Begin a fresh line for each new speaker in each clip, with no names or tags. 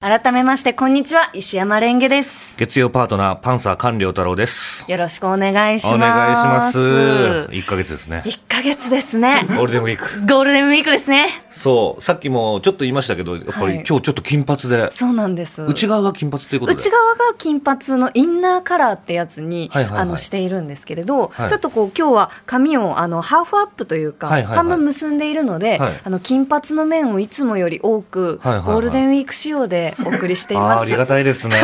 改めましてこんにちは石山レンゲです
月曜パートナー、パンサー菅良太郎です。
よろしくお願いします
お願いします。1ヶ月ですね。
1ヶ月ですね
ゴールデンウィーク。
ゴールデンウィークですね
そう、さっきもちょっと言いましたけど、やっぱ
はい
り今日ちょっと金髪で、
そうなんです
内側が金髪ということで。
内側が金髪のインナーカラーってやつに、
はいはいはい
あのしているんですけれど、
はい
ちょっとこう今日は髪をあのハーフアップというか、
はいはいはい
半分結んでいるので、
はい
あの金髪の面をいつもより多く、
はいはいはい
ゴールデンウィーク仕様でお送りしてい
あ
ます。
ーありがた いですね。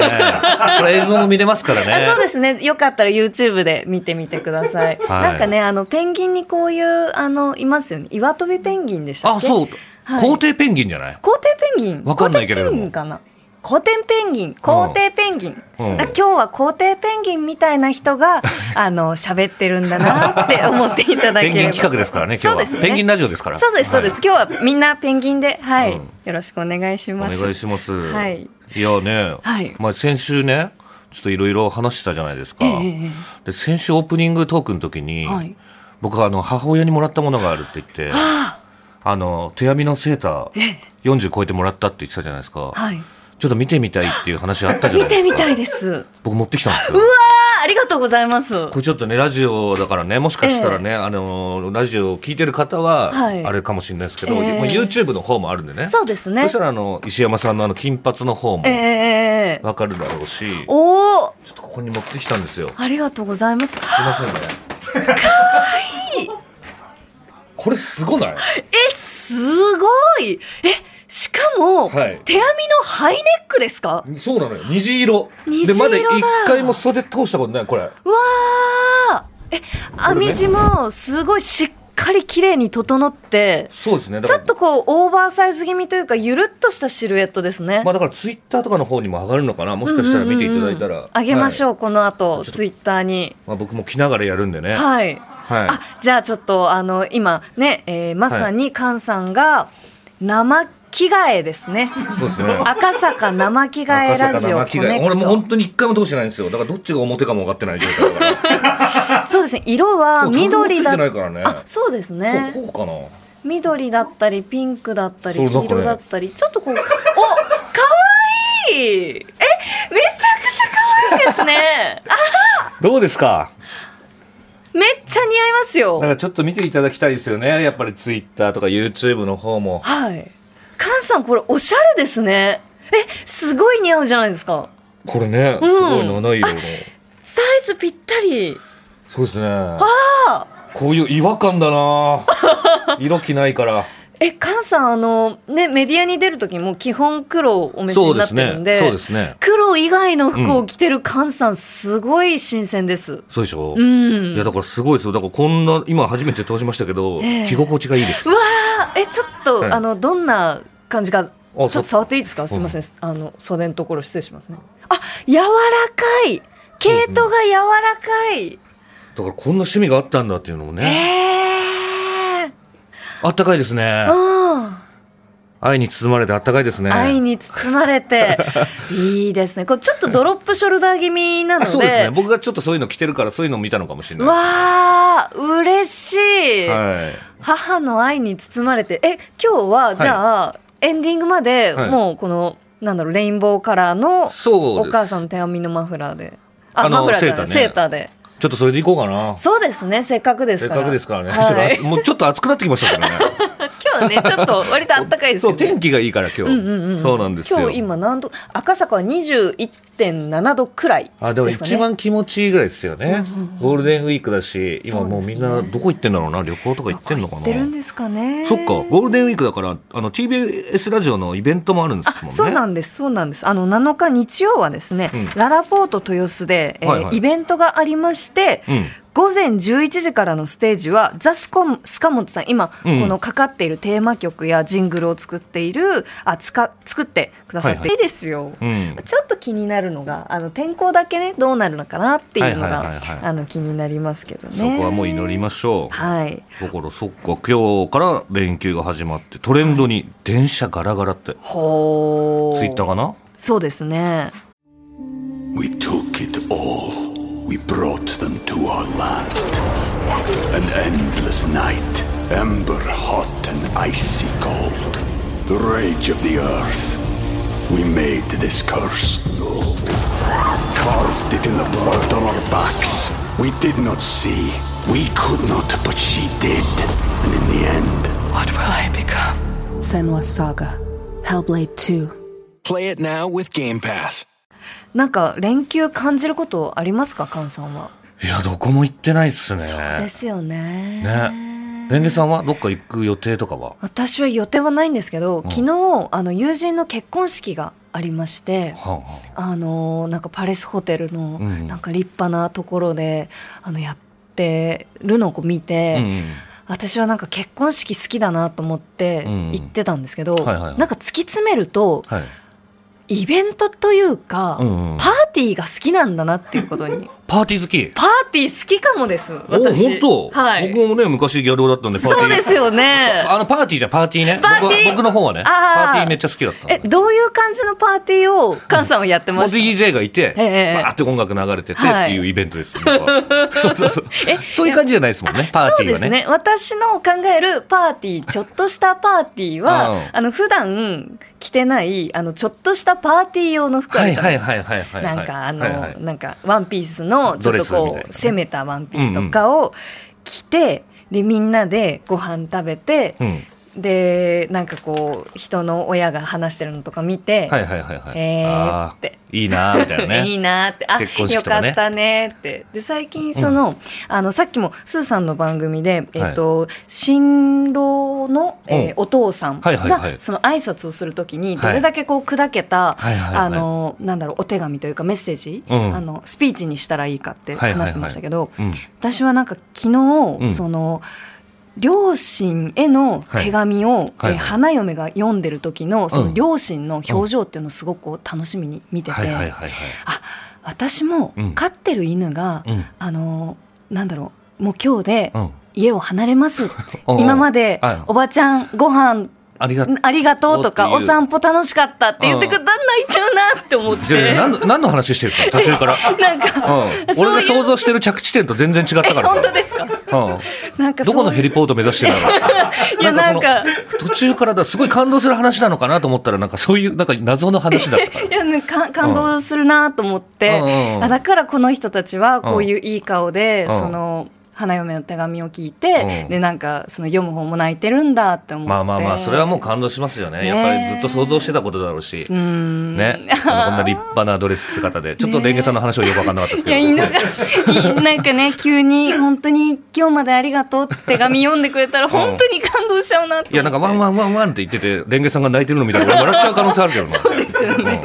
これ映像も見れますからね。
あそうですねよかったら YouTube で見てみてください、
はい
なんかねあのペンギンにこういうあのいますよね岩飛びペンギンでした
あ、
っけ
そう。
はい
皇帝ペンギンじゃない
皇帝ペンギン
わかんないけれども
皇帝ペンギンかな皇帝ペンギン皇帝ペンギン、
うん
な今日は皇帝ペンギンみたいな人 があの喋ってるんだなって思っていただけれ
ペ
ば
ンギン企画ですからね、今日
そう
は。
ですね
ペンギンラジオですから。
そうですそうです、今日はみんなペンギンではい、
うん
よろしくお願いし
は
ま
い。
す
お願いします。
はい
いやね、
はい
まあ先週ね、ちょっといろいろ話したじゃないですか。
ええええ
で先週オープニングトークの時に、
はい
僕はあの母親にもらったものがあるって言って、あの手編みのセーター40超えてもらったって言ってたじゃないですか、
はい
ちょっと見てみたいっていう話あったじゃな
見
いで
て
すか
みたいです
僕持ってきたんですよ
あありがとうございます
これちょっとねラジオだからねもしかしたらね、あのラジオを聞いてる方は
はい
あれかもしれないですけど、
ええ
もう YouTube の方もあるんでね
そうですね
そしたらあの石山さんのあの金髪の方も
ええええええ
わかるだろうし、ちょ
おお
っとここに持ってきたんですよ
ありがとうございます
すいませんね。かわいい。これすごない。
えすごいえしかも、
はい
手編みのハイネックですか
そうなのよ。虹色。
虹色だ
でまだ一回も袖通したことないこれ。
うわーえ編み地もすごいしっかり綺麗に整って
そうですね。だ
ち
か
ょ
ら
っとこうオーバーサイズ気味というかゆるっとしたシルエットですね、
まあだからツイッターとかの方にも上がるのかな。もしかしたら見ていただいたら。
あげましょう、
はい
この後
ちょっと
ツイッターに
まあ僕も着ながらやるんでね。はい。
はいあじゃあちょっとあの今ね、えーまさに菅さんが生着替えですね
そうですね。
赤坂生着替えラジオコ
赤坂生着替え
ネ
俺
ク
もう
ト
本当に一回も通してないんですよ。だからどっちが表かも分かってない状態だか
そうですね色は
そう
緑だ
単語ついてないからね
あそうです
ら。
ね
そうこうかな。
緑だったりピンクだったり
そう
黄
なんかね
色だったりちょっとこうおかわいいえめちゃくちゃ可愛いですねあ
どうですか。
めっちゃ似合います
なん
よ
かちょっと見ていただきたいですよね。やっぱりツイッターとか YouTube の方も。
はい菅さんこれおしゃれですねえすごい似合うじゃないですか
これね、す
うん
ごい七色の。
サイズぴったり
そうですね。こういう違和感 だな。色着ないから。
え菅さんあのねメディアに出る時も基本黒をお召しになってるんで
すね。
黒以外の服を着てる菅さん、すごい新鮮です。
そうでしょ
うん。
いやだからすごいですよ。だからこんな今初めて通しましたけど、
ええ
着心地がいいです
う。わーえ、ちょっと、
はい
あの、どんな感じか、ちょっ
そ
と触っていいですかすいません。あの、袖のところ失礼しますね。あ、柔らかい毛糸が柔らかい、
だからこんな趣味があったんだっていうのもね。
えー
あったかいですね。
うん。
愛に包まれてあったかいですね。
愛に包まれ て、いいですね。これちょっとドロップショルダー気味なの
あ
で。
そうですね。僕がちょっとそういうの着てるからそういうのを見たのかもしれない
わー、嬉しい。
です。はい。
母の愛に包まれてえ今日はじゃあ、エンディングまで
はい
もうこの、なんだろうレインボーカラーの
そう
お
です。
母さんの手編みのマフラーであ
あ
マ
の
フラーじゃないセー,、
セー
タ
タ
ーで
ちょっとそれでいこうかな。
そうですねせっかくです
せっ
から
かくですからね。
はい、
ちょっともうちょっと暑くなってきまし たからね。
今日ねちょっと 割とあったかいです
そ
よ
う
ね
天気がいいから今日、
うんうんうん
そうなんですよ
今日今何度赤坂は21.7度くらいですか、ね、
あでも一番気持ちいいぐらいですよね、ゴールデンウィークだし今もうみんなどこ行ってんだろうな旅行とか行ってんの
行
かな
ってるんですかね
そっかゴールデンウィークだからあの TBS ラジオのイベントもあるんですもんね
そうなんです、そうなんです。あの7日日曜はですね、
うん
ララポート豊洲で、えー
はいはい
イベントがありまして、
うん
午前11時からのステージはザスコンスカモトさん今、
うん
このかかっているテーマ曲やジングルを作っているあつか作ってくださって、
はい
い
はい
ですよ、
うん
ちょっと気になるのがあの天候だけねどうなるのかなっていうの
はいはいはい
が
はい
あの気になりますけどね
そこはもう祈りましょう。
はい
だからそっか今日から連休が始まってトレンドに電車ガラガラって
ほ
ツイッターかな
そうですね
We took it all. We brought them to our land. An endless night, ember hot and icy cold. The rage of the earth. We made this curse. Carved it in the blood on our backs. We did not see. We could not, but she did. And in the end,
What will I become? Senwa Saga. Hellblade 2.
Play it now with Game Pass.
なんか連休感じることありますか菅さんはい
やどこも行ってないっすね
ですよね
ねレンゲさんはどっか行く予定とかは
私は予定はないんですけど、昨日あの友人の結婚式がありまして、
はんはん
あのーなんかパレスホテルの
うん
なんか立派なところで、あのやってるのを見て、
うんうん
私はなんか結婚式好きだなと思って
うん
行ってたんですけど、
はいはいはい
なんか突き詰めると
はい
イベントというか、
うんうん
パーティーが好きなんだなっていうことに
パーティー好き
パーティー好きかもです
お
私
本当、
はい、
僕もね昔ギャル男だったんでパーティー
そうですよね
あのパーティーじゃんパーティーね
パーティー
僕は僕の方はねパ
あー
ーティーめっちゃ好きだったんで
えどういう感じのパーティーを菅さんはやって
もう
ました
DJ がいて、
ええ
バーって音楽流れててって
はい
いうイベントです、僕はそう そうそうそういう感じじゃないですもんねパー
そ
テ
う
ィー
で
は
す
ね
ね私の考えるパーティーちょっとしたパーティー
う
は
ん
あの普段着てないあのちょっとしたパーティー用の服あ
は
る
い
じゃな
はいい
ですか
はいはいはいはい
なんかあの、
はいはい
なんかワンピースのちょっと
ドレスみた
こ
いな
う
ね
攻めたワンピースとかを着て、でみんなでご飯食べて、
うん
でなんかこう人の親が話してるのとか見て、
はいはいはいはい
えー
あ
って
いいなーみたいな ね
いいなってあ、
結婚式
よ
と
か
かね
ったねってで最近その,、あのさっきもスーさんの番組で、えっと新郎の、えー
うん
お父さんが、
はいはいはい
その挨拶をするときに
は
ど
い
れだけこう砕けた、
はいはいはい
あのなんだろうお手紙というかメッセージ、
うん
あのスピーチにしたらいいかって話してましたけど、
うん
私はなんか昨日、
ん
その両親への手紙を、
はいはい
えー花嫁が読んでる時のそうの
ん
両親の表情っていうのをすごくこう楽しみに見てて、
はいはいはいはい
あ私も
うん
飼ってる犬が、
うん
あのなんだろうもう今日で
うん
家を離れます、
おうおう
今まで
はい
おばちゃんご飯
ありがとう
ありがとうとか
おっ
お
ていう
散歩楽しかったって言ってくるだんだん泣いちゃうなって思って
じゃあ何の何の話してる んですか途中から、
なんか
うん、
そういう
俺が想像してる着地点と全然違ったからさ
本当ですか
う
なんか
ん、どこの
そう
ヘリポート目指してたの
いやなんか
その途中からだすごい感動する話なのかなと思ったらなんかそういうなんか謎の話だったから
いやなんか感動するなと思って、
うんうんうん
あだからこの人たちはこういういい顔で、
うん
その花嫁の手紙を聞いて、
うん
でなんかその読む方も泣いてるんだって思って
まあまあまあそれはもう感動しますよね
ね
やっぱりずっと想像してたことだろうしねそのこんな立派なドレス姿でちょっとレンゲさんの話はよく分かんなかったです
いや
けど
犬がなんか ね急に本当に今日までありがとうって手紙読んでくれたら本当に感動しちゃうなって思って
いやなんかワンワンワンワンって言っててレンゲさんが泣いてるの見たら俺笑っちゃう可能性あるけど なそうですよね、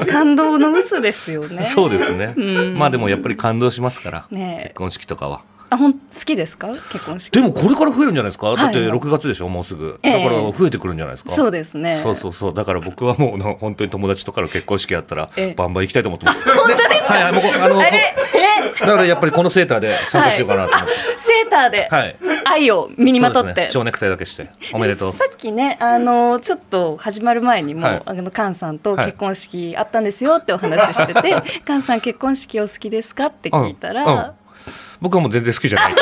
ね感動の嘘ですよね
そうですねまあでもやっぱり感動しますから、
ね
結婚式とかは
あほん好きですか結婚式
でもこれから増えるんじゃないですか、
い
だって6月でしょもうすぐだ
え
か
え
ら増えてくるんじゃないですか、
そうですね
そうそうそうだから僕はもうあの本当に友達とかの結婚式やったら
ええ
バンバン行きたいと思っ てます。本当ですか。はいはいもうこあの
え
だからやっぱりこのセーターで参加しようかなと思って。
セーターで
はい。
愛を身にまと
そう
っ
ですね
て、
蝶ネクタイだけしておめ でとう。
さっきね、あのちょっと始まる前にも、
はい
あの菅さんと結婚式あったんですよってお話しして て、菅さん結婚式お好きですかって聞いたら、
うんうん僕はもう全然好きじゃない。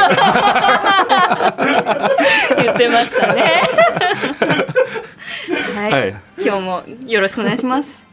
言って ましたね。はい、
はい
今日もよろしくお願いします。